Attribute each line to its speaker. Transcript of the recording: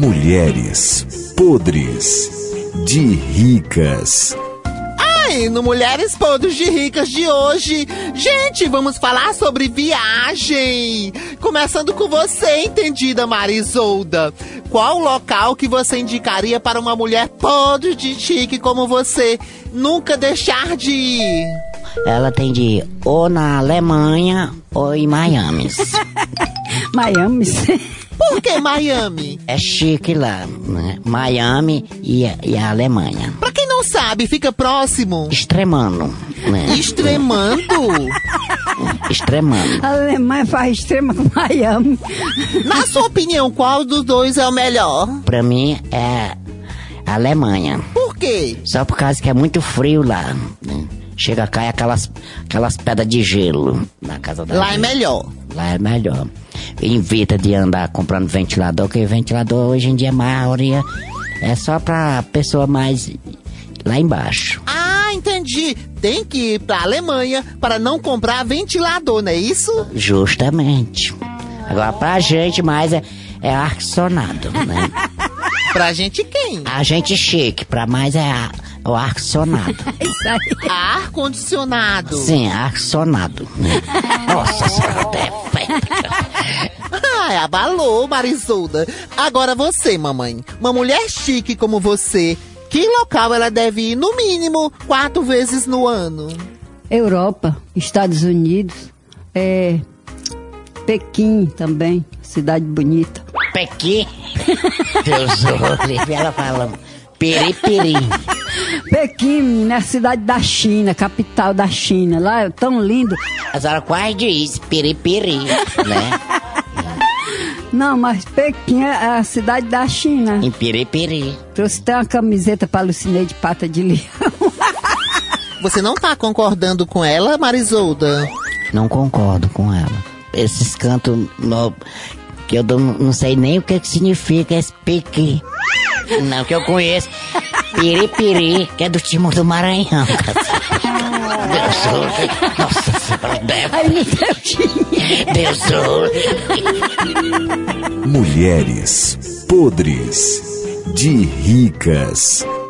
Speaker 1: Mulheres podres de ricas.
Speaker 2: Ai, no Mulheres Podres de Ricas de hoje, gente, vamos falar sobre viagem. Começando com você, entendida Marisolda. Qual local que você indicaria para uma mulher podre de chique como você nunca deixar de ir?
Speaker 3: Ela tem de ir ou na Alemanha ou em Miami.
Speaker 4: Miami.
Speaker 2: Por que Miami?
Speaker 3: É chique lá, né? Miami e, e a Alemanha.
Speaker 2: Pra quem não sabe, fica próximo.
Speaker 3: Extremando, né?
Speaker 2: Extremando?
Speaker 3: Extremando.
Speaker 4: A Alemanha faz extrema com Miami.
Speaker 2: Na sua opinião, qual dos dois é o melhor?
Speaker 3: Pra mim é Alemanha.
Speaker 2: Por quê?
Speaker 3: Só por causa que é muito frio lá. né? Chega cá e aquelas, aquelas pedras de gelo na casa da
Speaker 2: Lá é
Speaker 3: gente.
Speaker 2: melhor.
Speaker 3: Lá é melhor. Invita de andar comprando ventilador, que ventilador hoje em dia, a maioria, é só pra pessoa mais lá embaixo.
Speaker 2: Ah, entendi. Tem que ir pra Alemanha para não comprar ventilador, não é isso?
Speaker 3: Justamente. Agora, pra gente mais é, é ar-condicionado, né?
Speaker 2: Pra gente quem?
Speaker 3: A gente é chique, pra mais é a- o ar-condicionado.
Speaker 4: Isso aí.
Speaker 2: Ar-condicionado.
Speaker 3: Sim, ar-condicionado. né? Nossa senhora, até
Speaker 2: Ai, abalou, Marisolda. Agora você, mamãe. Uma mulher chique como você, que local ela deve ir, no mínimo, quatro vezes no ano?
Speaker 4: Europa, Estados Unidos, é, Pequim também, cidade bonita.
Speaker 3: Pequi. Deus o livre, ela fala peri-peri.
Speaker 4: Pequim, menina, é a cidade da China, capital da China. Lá é tão lindo.
Speaker 3: A senhora quase diz piripiri, né?
Speaker 4: Não, mas Pequim é a cidade da China.
Speaker 3: Em piripiri.
Speaker 4: Trouxe até uma camiseta para Lucinei de pata de leão.
Speaker 2: Você não tá concordando com ela, Marisolda?
Speaker 3: Não concordo com ela. Esses cantos no... que eu dou- não sei nem o que, que significa esse piqui. Não, que eu conheço. Piripiri, que é do Timor do Maranhão. cara. Deus o livre. Nossa senhora, deve-
Speaker 4: Aí me deu dinheiro.
Speaker 3: Deus o livre.
Speaker 1: Mulheres podres de ricas.